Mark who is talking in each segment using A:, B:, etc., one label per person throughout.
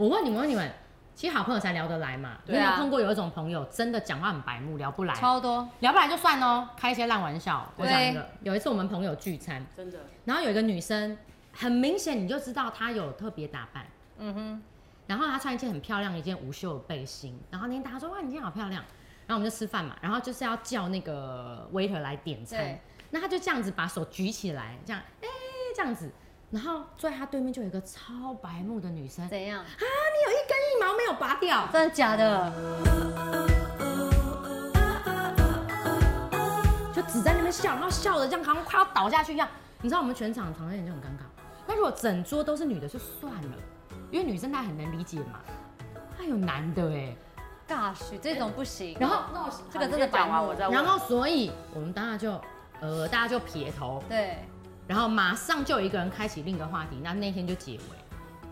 A: 我问你们，我问你们，其实好朋友才聊得来嘛。你
B: 对
A: 有
B: 啊
A: 没有碰过有一种朋友真的讲话很白目，聊不来，
B: 超多，
A: 聊不来就算喽，开一些烂玩笑。我
B: 对
A: 讲一个，有一次我们朋友聚餐，
C: 真的，
A: 然后有一个女生，很明显你就知道她有特别打扮，
B: 嗯哼，
A: 然后她穿一件很漂亮的一件无袖的背心，然后那天大家说哇你今天好漂亮，然后我们就吃饭嘛，然后就是要叫那个 waiter 来点餐
B: 对，
A: 那她就这样子把手举起来，这样哎、这样子，然后坐在她对面就有一个超白目的女生，
B: 怎样？
A: 你有一根一毛没有拔掉。
B: 啊真的假的？
A: 就只在那边笑，然后笑的这样，好像快要倒下去一样。你知道我们全场场面就很尴尬。那如果整桌都是女的，就算了，因为女生她很能理解嘛。还有男的哎、
B: 尬许这种不行。
A: 然后
C: 那我
B: 这个真的
C: 好你先讲
B: 白
C: 完，
B: 目
C: 我再问。
A: 然后所以我们当然就呃大家就撇头，
B: 对，
A: 然后马上就有一个人开启另一个话题，那那天就结尾。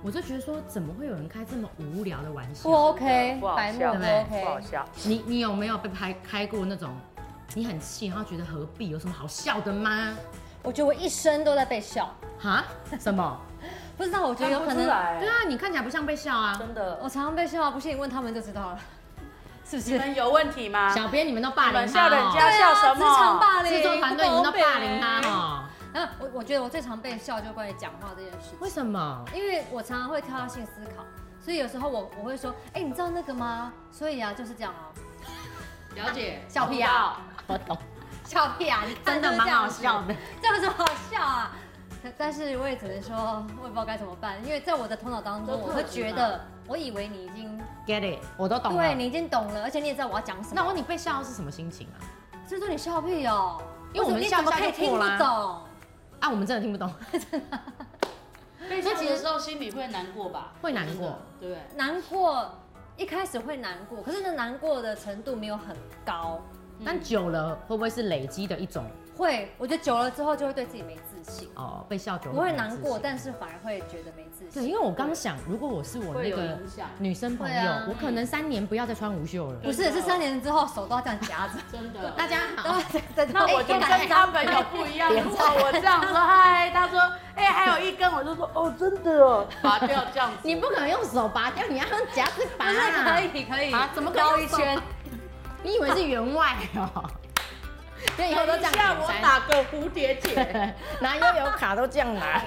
A: 我就觉得说，怎么会有人开这么无聊的玩
B: 不
A: 笑？
B: OK，
C: 不好
B: 白目
A: 对
B: 不
A: 不对
C: 不好
B: OK，
C: 笑，
A: 你你有没有被拍开过那种，你很气，然后觉得何必有什么好笑的吗？
B: 我觉得我一生都在被笑，
A: 哈？什么？
B: 不知道，我觉得有可
C: 看不出
B: 能，
C: 来
A: 对啊，你看起来不像被笑啊。
C: 真的。
B: 我常常被笑，不信你问他们就知道了，是不
C: 你
B: 是？
C: 们有问题吗？
A: 小编，你们都霸
C: 你
A: 凌
C: 啊
A: 他、
C: 们笑
A: 哦，
C: 人家笑什
B: 啊职
C: 么
B: 场霸凌，
A: 制作团队你们都霸凌他
B: 哦。
A: 哦？
B: 然后我我觉得我最常被笑就关于讲话这件事情
A: 为，什么？
B: 因为我常常会跳性思考，所以有时候我我会说，哎，你知道那个吗？所以啊，就是这样哦，
A: 了解，
B: 笑屁啊，
A: 我懂，
B: 笑屁啊，你
A: 真的蛮好笑的。
B: 这有什么好笑啊？但但是我也只能说，我也不知道该怎么办，因为在我的头脑当中，
C: 都
B: 我
C: 特
B: 会
C: 质嘛
B: 觉得，我以为你已经
A: Get it，我都嗯懂了。
B: 对你已经懂了，而且你也知道我要讲什
A: 那我
B: 么。
A: 问你被笑的是什么心情啊？
B: 这说你笑屁哦，
A: 因为我们
B: 你
A: 笑
B: 怎
A: 一
B: 么
A: 下
B: 可以
A: 就
B: 听
A: 过
B: 不
A: 啦
B: 懂？
A: 啊，我们真的听不懂，
C: 被笑的时候心里会难过吧？
A: 会难过。
C: 对，
B: 难过一开始会难过，可是那难过的程度没有很高，
A: 但久了会不会是累积的一种
B: 会我觉得久了之后就会对自己没自信，
A: 哦？被笑久了
B: 不会难过，
A: 自信
B: 但是反而会觉得没自
A: 对，
B: 信。
A: 因为我刚想，如果我是我
C: 会
A: 那
C: 有
A: 个
C: 影响，
A: 女生朋友，
B: 对啊
A: 我可能三年不要再穿无袖了。
B: 不是，是三年之后手都要这样夹 着。
C: 真的。
A: 大家好，
C: 那我
A: 哎
C: 就跟他们有不一样。如果我这样说，嗨，他说，哎、还有一根，我就说，哦，真的哦，拔掉这样子。
A: 你不可能用手拔掉，你要用夹子拔
B: 不是
A: 啊。
B: 可以可以
A: 啊怎么可以
B: 绕一
A: 用手
B: 圈？
A: 你以为是员外哦？所以以后都这样
C: 等一下我
A: 简单，
C: 打个蝴蝶结。
A: 拿悠游卡都这样拿，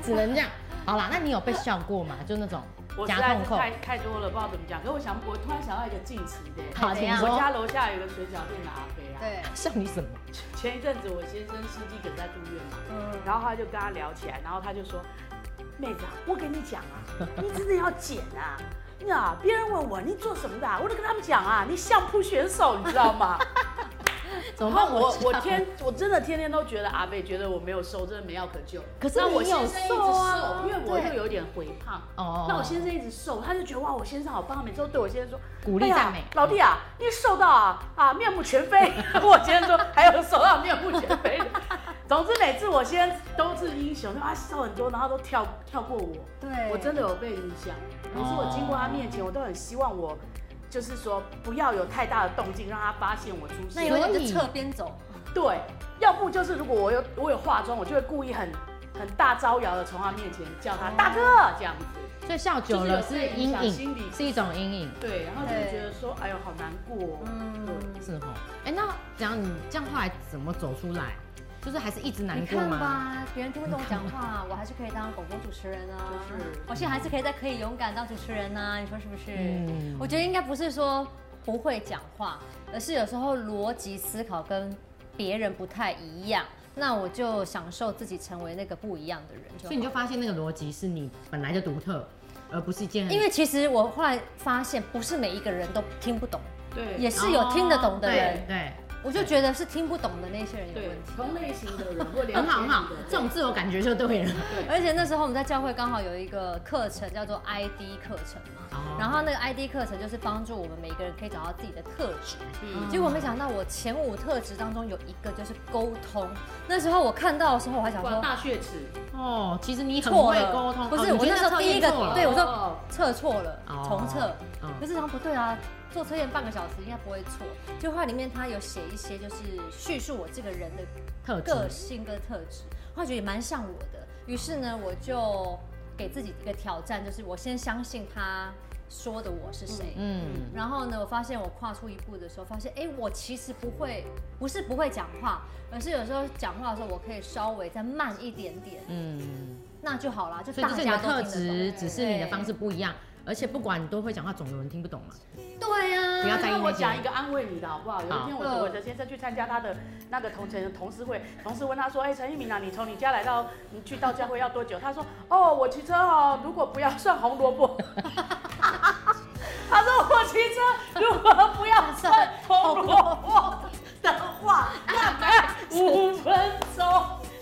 A: 只能这样。好啦，那你有被笑过吗？就那种
C: 我实
A: 夹
C: 在
A: 痛
C: 是
A: 扣，
C: 太太多了，不知道怎么讲。可我想，我突然想到一个近期的，
A: 好，
B: 怎
A: 请
B: 样
C: 我
A: 说
C: 家楼下有个水饺店的阿飞啊。
B: 对，
A: 笑你什么？
C: 前一阵子我先生心肌梗在住院嘛，
B: 嗯，
C: 然后他就跟他聊起来，然后他就说：“妹子啊，我跟你讲啊，你真的要减啊。”那别人问我你做什么的、啊，我就跟他们讲啊，你相扑选手，你知道吗？
A: 怎么
C: 然
A: 办？哦
C: 后哦我
A: 知道
C: 我天，我真的天天都觉得阿贝觉得我没有瘦，真的没药可救。
A: 可是
C: 那
A: 你
C: 我先
A: 有
C: 生一直
A: 瘦啊
C: 瘦因为我
B: 对
C: 又有点肥胖。
A: 哦
C: 那我先生一直瘦，他就觉得哇，我先生好棒，每次都对我先生说
A: 鼓励
C: 哎呀
A: 赞美
C: 老弟啊，你瘦到啊啊面目全非。我先生说还有瘦到面目全非。总之每次我先生都是英雄，他瘦很多，然后都跳跳过我。
B: 对，
C: 我真的有被影响。每次我经过他面前，我都很希望我，就是说不要有太大的动静，让他发现我出
B: 那
C: 现。
B: 有点
A: 所以
B: 就侧边走，
C: 对，要不就是如果我有我有化妆，我就会故意很很大招摇的从他面前叫他、大哥这样子。
A: 所以笑久了
C: 就是是有被
A: 阴
C: 影响心
A: 影，
C: 理
A: 是一种阴影，
C: 对，然后就
B: 对
C: 觉得说，哎呦，好难过、哦。
B: 嗯，
A: 是哦。哎，那这样你这样后来怎么走出来？就是还是一直难
B: 你
A: 过
B: 看
A: 吗？
B: 吧，别人听不懂我讲话，我还是可以当广播主持人啊
C: 就是，
B: 我现在还是可以再可以勇敢当主持人啊，你说是不是？
A: 嗯
B: 我觉得应该不是说不会讲话，而是有时候逻辑思考跟别人不太一样，那我就享受自己成为那个不一样的人就
A: 所
B: 好
A: 以你就发现那个逻辑是你本来就独特，而不是一件很
B: 因为其实我后来发现，不是每一个人都听不懂，
C: 对，
B: 也是有听得懂的
A: 哦
B: 人，
A: 对。对
B: 我就觉得是听不懂的那些人有
C: 对
B: 问题。
C: 同类型的人或了解你的
A: 很好很好，
C: 人
A: 这种自我感觉就对了。
B: 而且那时候我们在教会刚好有一个课程叫做 ID 课程嘛，
A: 哦
B: 然后那个 ID 课程就是帮助我们每个人可以找到自己的特质。
C: 嗯
B: 结果没想到我前五特质当中有一个就是沟通，那时候我看到的时候我还想
C: 哇，
B: 说
C: 大血池，
A: 哦，其实你很
B: 错
A: 会
B: 了，
A: 沟通，
B: 不
A: 哦
B: 是
A: 你觉
B: 我
A: 得
B: 那时候
A: 测
B: 第
A: 验
B: 一个
A: 错了
B: 对我
C: 哦
B: 说测错了
A: 哦，
B: 重测。
A: 嗯
B: 可是好像不对啊，做测验半个小时应该不会错。就话里面他有写一些，就是叙述我这个人的
A: 特
B: 个
A: 质
B: 性跟特质，我觉得也蛮像我的。于是呢，我就给自己一个挑战，就是我先相信他说的我是谁。
A: 嗯，
B: 然后呢，我发现我跨出一步的时候，发现哎，诶我其实不会，不是不会讲话，而是有时候讲话的时候，我可以稍微再慢一点点，
A: 嗯，
B: 那就好啦，就
A: 所以
B: 大
A: 这
B: 家
A: 是你的
B: 都听
A: 特
B: 得懂。
A: 质，只是你的方式不一样。而且不管你多会讲话，总有人听不懂嘛。
B: 对啊 呀、
A: 不要在意
C: 那
A: 那
C: 我
A: 些
C: 讲一个安慰你的好不好？有一
A: 好
C: 天我我的先生去参加他的那个同城同事会，同事问他说：“哎，陈一鸣啊，你从你家来到你去到教会要多久？”他说：“哦，我骑车哦，如果不要算红萝卜。” 他说：“我骑车如果不要算红萝卜的话， 大 概五分钟。”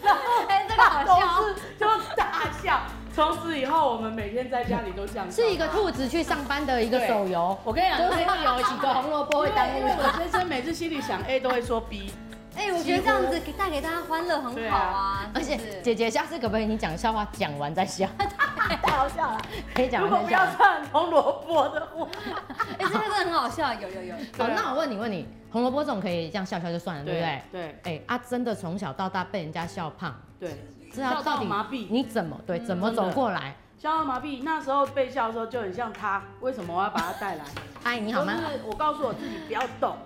C: 然后
B: 哎这个
C: 大
B: 好笑
C: 同事就大笑。从此以后，我们每天在家里都这样笑。
A: 是一个兔子去上班的一个手游，
C: 我跟你讲，
A: 多
C: 那
A: 会有几个红萝卜会耽
C: 因为
A: 误。
C: 我先生每次心里想 A 都会说 B，
B: 哎、我觉得这样子给带给大家欢乐很好啊，
A: 而
B: 是
A: 且
B: 不是
A: 姐姐，下次可不可以你讲笑话讲完再笑？
C: 太好笑了。
A: 可以讲
C: 如果
A: 完
C: 不
A: 再
C: 要
A: 笑。
C: 唱红萝卜的 话，
B: 哎、这个真的很好笑，有有有，
A: 好，那我问你问你，红萝卜这种可以这样笑笑就算了，对不对？
C: 对
A: 哎、啊，真的从小到大被人家笑胖，
C: 对，
A: 知道
C: 笑到
A: 到底
C: 麻痹
A: 你怎么对怎么
C: 真的
A: 走过来？
C: 笑到麻痹。那时候被笑的时候就很像他，为什么我要把他带来？
A: 阿姨 哎你好吗？
C: 就是我告诉我自己不要动，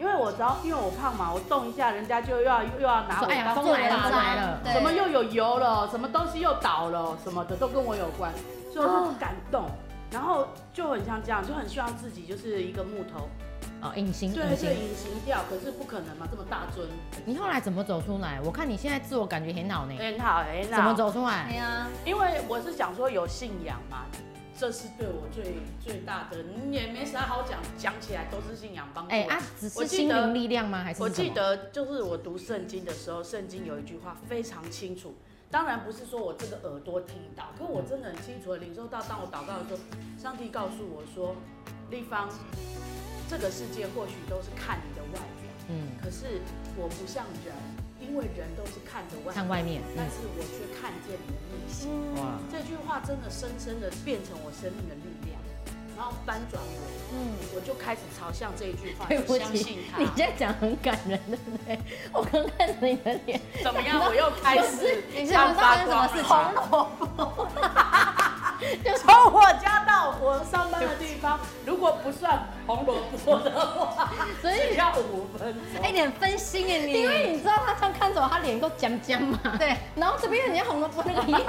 C: 因为我只要因为我胖嘛，我动一下人家就又要又要拿我
A: 说哎呀，
C: 当
A: 风
B: 做
A: 来
B: 人
A: 了，风
B: 渣
A: 来了。
B: 对
C: 什么又有油了，什么东西又倒了，什么的都跟我有关，所以我
A: 哦
C: 就不敢动。然后就很像这样，就很希望自己就是一个木头，
A: 哦，隐形，
C: 对
A: 隐
C: 对，
A: 形。
C: 隐形掉，可是不可能嘛，这么大尊。
A: 你后来怎么走出来？我看你现在自我感觉很好呢，
C: 很好很好，
A: 怎么？走出
B: 哎
A: 来？
B: 呀，
C: 因为我是想说有信仰嘛，这是对我最最大的，你也没啥好讲，讲起来都是信仰帮助。
A: 哎、啊，只
C: 我
A: 是
C: 记
A: 心
C: 得
A: 灵力量吗？还是
C: 我
A: 什么
C: 记得就是我读圣经的时候，圣经有一句话非常清楚。当然不是说我这个耳朵听到，可我真的很清楚的领受到，当我祷告的时候，上帝告诉我说：“立方，这个世界或许都是看你的外表，
A: 嗯，
C: 可是我不像人，因为人都是看着外
A: 看
C: 表，
A: 外面，
C: 但是我却看见你的内心。”
A: 嗯，哇，
C: 这句话真的深深的变成我生命的力量，然后翻转我，
B: 嗯，
C: 我就开始朝向这一句话，
A: 对不
C: 就相信
A: 起，
C: 它
A: 你。这样讲很感人，对不对？我刚看着你的脸，
C: 怎么样？我又开 始
B: 你哎是
C: 看
B: 发
C: 发
B: 生什么
C: 光
B: 事情
C: 了。 从我家到我上班的地方，如果不算红萝卜的话，
A: 所以
C: 只要五分钟。
B: 哎、你很分心哎，你，
A: 因为你知道他这样看着我，他脸够僵僵嘛。
B: 对，
A: 然后这边人家红萝卜那个样，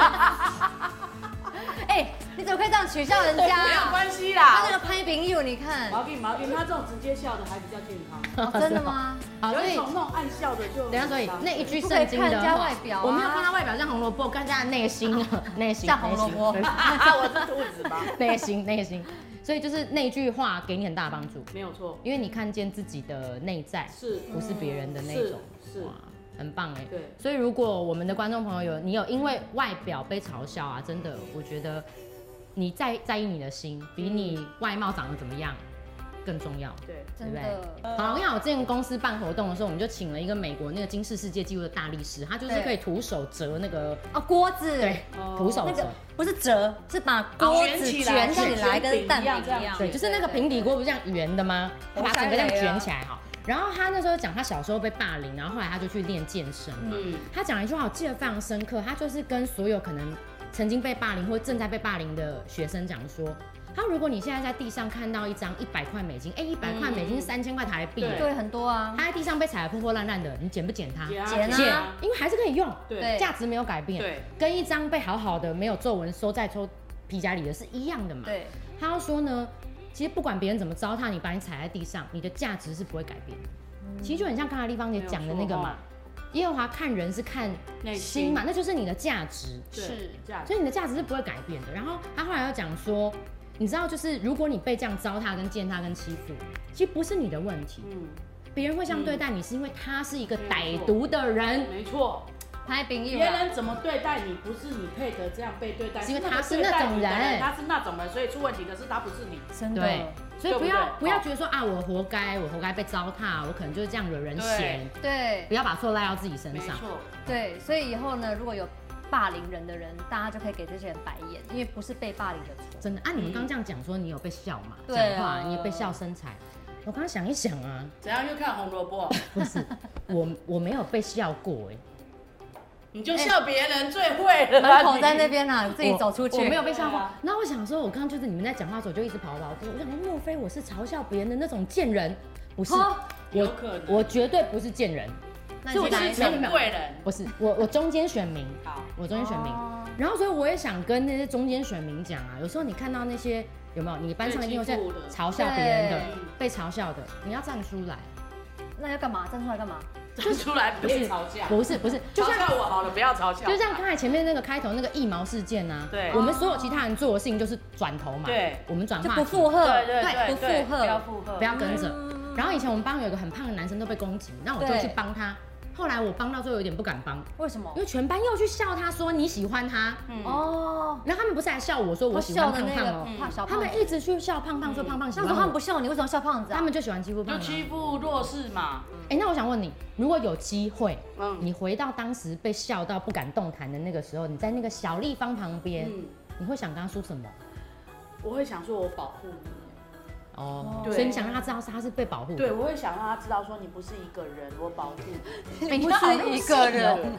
B: 哎、你怎么可以这样取笑人
C: 没
B: 家、
C: 有
B: 啊？
C: 关系
B: 他那
C: 啦
B: 个，拍饼友，你看、
C: 毛病毛病，他这种直接笑的还比较健康，
B: 哦真的吗？
A: 好，所
C: 有一
A: 以
C: 种那种暗笑的就
A: 等一下，所以那一句
B: 不可以
A: 圣经的
B: 看人家
A: 话
B: 外表啊
A: 我没有看他外表像红萝卜，看他的内心啊，内心
B: 像红萝卜，
C: 啊我是兔子吧？
A: 内心内心，所以就是那一句话给你很大帮助，
C: 没有错，
A: 因为你看见自己的内在，
C: 是
A: 不是别人的那种，
C: 是是
A: 哇，很棒哎。
C: 对
A: 所以如果我们的观众朋友有你有因为外表被嘲笑啊，真的，我觉得你在在意你的心，比你外貌长得怎么样更重要。
C: 对。
B: 真的，
A: 好，我跟你讲，我之前公司办活动的时候，我们就请了一个美国那个金氏世界纪录的大力士，他就是
B: 对
A: 可以徒手折那个，
B: 哦，锅子，
A: 对，
C: 哦
A: 徒手
B: 那
A: 折
B: 个，不是折，是把锅
C: 卷
B: 子
C: 起来
B: 卷起来，
C: 像卷饼
B: 跟蛋
C: 一样这
B: 饼
C: 样
B: 一样，
A: 对，就是那个平底锅不是这样圆的吗？他把整个这样卷起来哈。然后他那时候讲他小时候被霸凌，然后后来他就去练健身嘛。
C: 嗯
A: 他讲了一句话我记得非常深刻，他就是跟所有可能曾经被霸凌或正在被霸凌的学生讲说。他说如果你现在在地上看到一张一百块美金，哎，一百块美金是三千块台币，
C: 对
B: 对，很多啊，
A: 他在地上被踩得破破烂烂的，你捡不捡
C: 嗯
A: 它？
B: 剪啊
A: 捡，因为还是可以用，
C: 对
B: 对
A: 价值没有改变，
C: 对，
A: 跟一张被好好的没有皱纹收在抽皮夹里的是一样的嘛。
B: 对，
A: 他要说呢，其实不管别人怎么糟蹋你，把你踩在地上，你的价值是不会改变的。其实就很像刚才立方姐讲的那个嘛，耶和华看人是看
C: 内心
A: 心嘛，那就是你的价值，
C: 对
B: 是
C: 这样，
A: 所以你的价值是不会改变的。然后他后来又讲说，你知道，就是如果你被这样糟蹋、跟践踏、跟欺负，其实不是你的问题，
C: 嗯，
A: 别人会这样对待你，是因为他是一个
C: 没
A: 歹
C: 错
A: 毒的人，
C: 没错，
B: 拍饼友
C: 别
B: 啊，
C: 人怎么对待你，不是你配得这样被对待，
A: 是因为
C: 那个
A: 他是
C: 对待
A: 那种
C: 你的
A: 人
C: 他是那种人，所以出问题的是他，不是你。
B: 真
A: 对
B: 的，
A: 所以
C: 嗯对
A: 不
C: 不
A: 要
C: 对
A: 不要
C: 哦
A: 觉得说啊，我活该，我活该被糟蹋，我可能就是这样惹人嫌，
B: 对
A: 不要把错赖到自己身
C: 没
A: 上。
C: 错，
B: 对，所以以后呢，如果有霸凌人的人，大家就可以给这些人白眼，因为不是被霸凌的错。
A: 真的啊，你们
C: 嗯
A: 刚这样讲说你有被笑嘛？
B: 对
A: 讲
B: 啊
A: 话你也被笑身材。我刚想一想啊，
C: 怎样又看红萝卜？
A: 欸不是我我没有被笑过哎、
C: 你就笑别人最会了 啦。
B: 门口在那
C: 你
B: 边啊，你自己走出去。
A: 我没有被吓
C: 对
A: 坏
C: 啊。
A: 那我想说，我刚刚就是你们在讲话的时候我就一直跑跑跑，我想说，莫非我是嘲笑别人的那种贱人？不是，
B: 哦
C: 有
A: 我
C: 可能
A: 我绝对不是贱人，
B: 那
A: 所以我
B: 你去
A: 就
B: 哪一
A: 是
C: 是
B: 种？
A: 没有没
C: 成
A: 有
C: 贵人。
A: 不是我我中间选民，
C: 好，
A: 我中间选民。
C: 哦
A: 然后所以我也想跟那些中间选民讲啊，有时候你看到那些有没有，你班上一定有在
C: 被欺负的
A: 嘲笑别人的
B: 对，
A: 被嘲笑的，你要站出来。
B: 那要干嘛？站出来干嘛？
C: 站出来不是吵架，
A: 不是不是，就
C: 啊嘲
A: 像
C: 笑我好了，不要嘲笑我。
A: 就像刚才前面那个开头那个疫苗事件呐、啊，
C: 对哦
A: 我们所有其他人做的事情就是转头嘛，
C: 对
A: 我们转
B: 就
A: 话
B: 不
A: 题
B: 附和，
C: 对对对
B: 不
C: 对
B: 附
C: 不要
B: 和，
C: 附和，
A: 不要跟着。
B: 嗯
A: 然后以前我们班有一个很胖的男生都被攻击，那我就
B: 对
A: 去帮他。后来我帮到最后有点不敢帮，
B: 为什么
A: 因？为全班又去笑他说你喜欢他，
C: 嗯
B: 哦，
A: 然后他们不是还笑我说我
B: 我
A: 喜
B: 笑
A: 欢
B: 的
A: 胖胖
B: 那个
A: 哦，
C: 嗯
B: 胖小
A: 他
B: 胖子
A: 们，一直去笑胖胖说胖胖喜欢
B: 那时候他们
A: 我，
B: 不笑你，为什么笑胖子啊？
A: 他们就喜欢欺负胖
C: 就
A: 啊。
C: 欺负弱势嘛。
A: 哎，那我想问你，如果有机会，
C: 嗯
A: 你回到当时被笑到不敢动弹的那个时候，你在那个小立方旁边，
C: 嗯，
A: 你会想跟他说什么？
C: 我会想说，我保护你。
A: 哦，
C: 对
A: 所以你想让他知道是他是被保护的。
C: 对，我会想让他知道说你不是一个人，我保护你。
A: 哎，你
B: 不
A: 好
B: 是
A: 入
B: 一
A: 戏
B: 个
A: 哦
B: 人，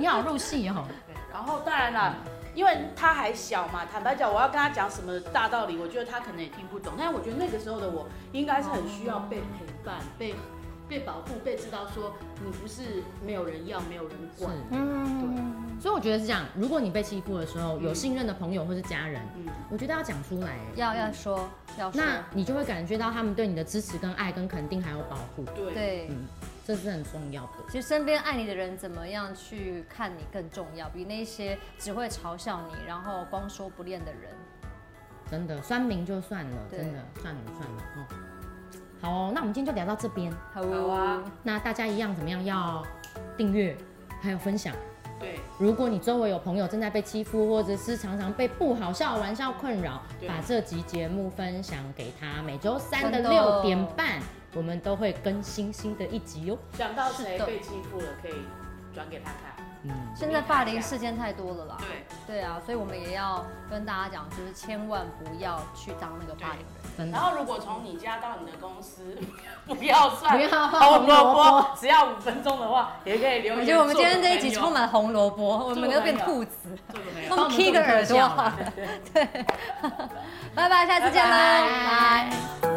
A: 你好入戏哦。
C: 然后当然啦，因为他还小嘛，坦白讲，我要跟他讲什么大道理，我觉得他可能也听不懂。但我觉得那个时候的我，应该是很需要被陪伴、被被保护、被知道说你不是没有人要、没有人
A: 是
C: 管。，
B: 嗯，
A: 所以我觉得是这样。如果你被欺负的时候，有
C: 嗯
A: 信任的朋友或是家人，
C: 嗯，
A: 我觉得要讲出来。
B: 要要说要说，
A: 那你就会感觉到他们对你的支持、跟爱、跟肯定，还有保护，
C: 对。
B: 对。
A: 嗯，这是很重要的。
B: 其实身边爱你的人怎么样去看你更重要，比那些只会嘲笑你，然后光说不练的人。
A: 真的，酸民就算了，
B: 对
A: 真的算了算了哦。好哦，那我们今天就聊到这边。
B: 好
C: 好啊，
A: 那大家一样怎么样？要订阅，还有分享。
C: 对，
A: 如果你周围有朋友正在被欺负，或者是常常被不好笑的玩笑困扰，
C: 对
A: 把这集节目分享给他。每周三的
B: 真的
A: 六点半，我们都会更新新的一集哟。
C: 想到谁
B: 是的
C: 被欺负了，可以转给他看。
A: 嗯，
B: 现在霸凌事件太多了啦。
C: 对，
B: 对啊，所以我们也要跟大家讲，就是千万不要去当那个霸凌人。
A: 真
C: 然
A: 的。
C: 后如果从你家到你的公司， 不要算
A: 不要放
C: 红萝
A: 红萝
C: 卜，只要五分钟的话，也可以留言。
B: 我觉得我们今天这一集
C: 做
B: 充
C: 个
B: 满了红萝卜，我
C: 做
B: 们
C: 朋
B: 都
C: 友
B: 变兔子，
C: 朋友做个朋友
B: 帮我们啊 剃个耳朵好了。对，拜拜，下次见啦，
C: 拜拜
B: 拜。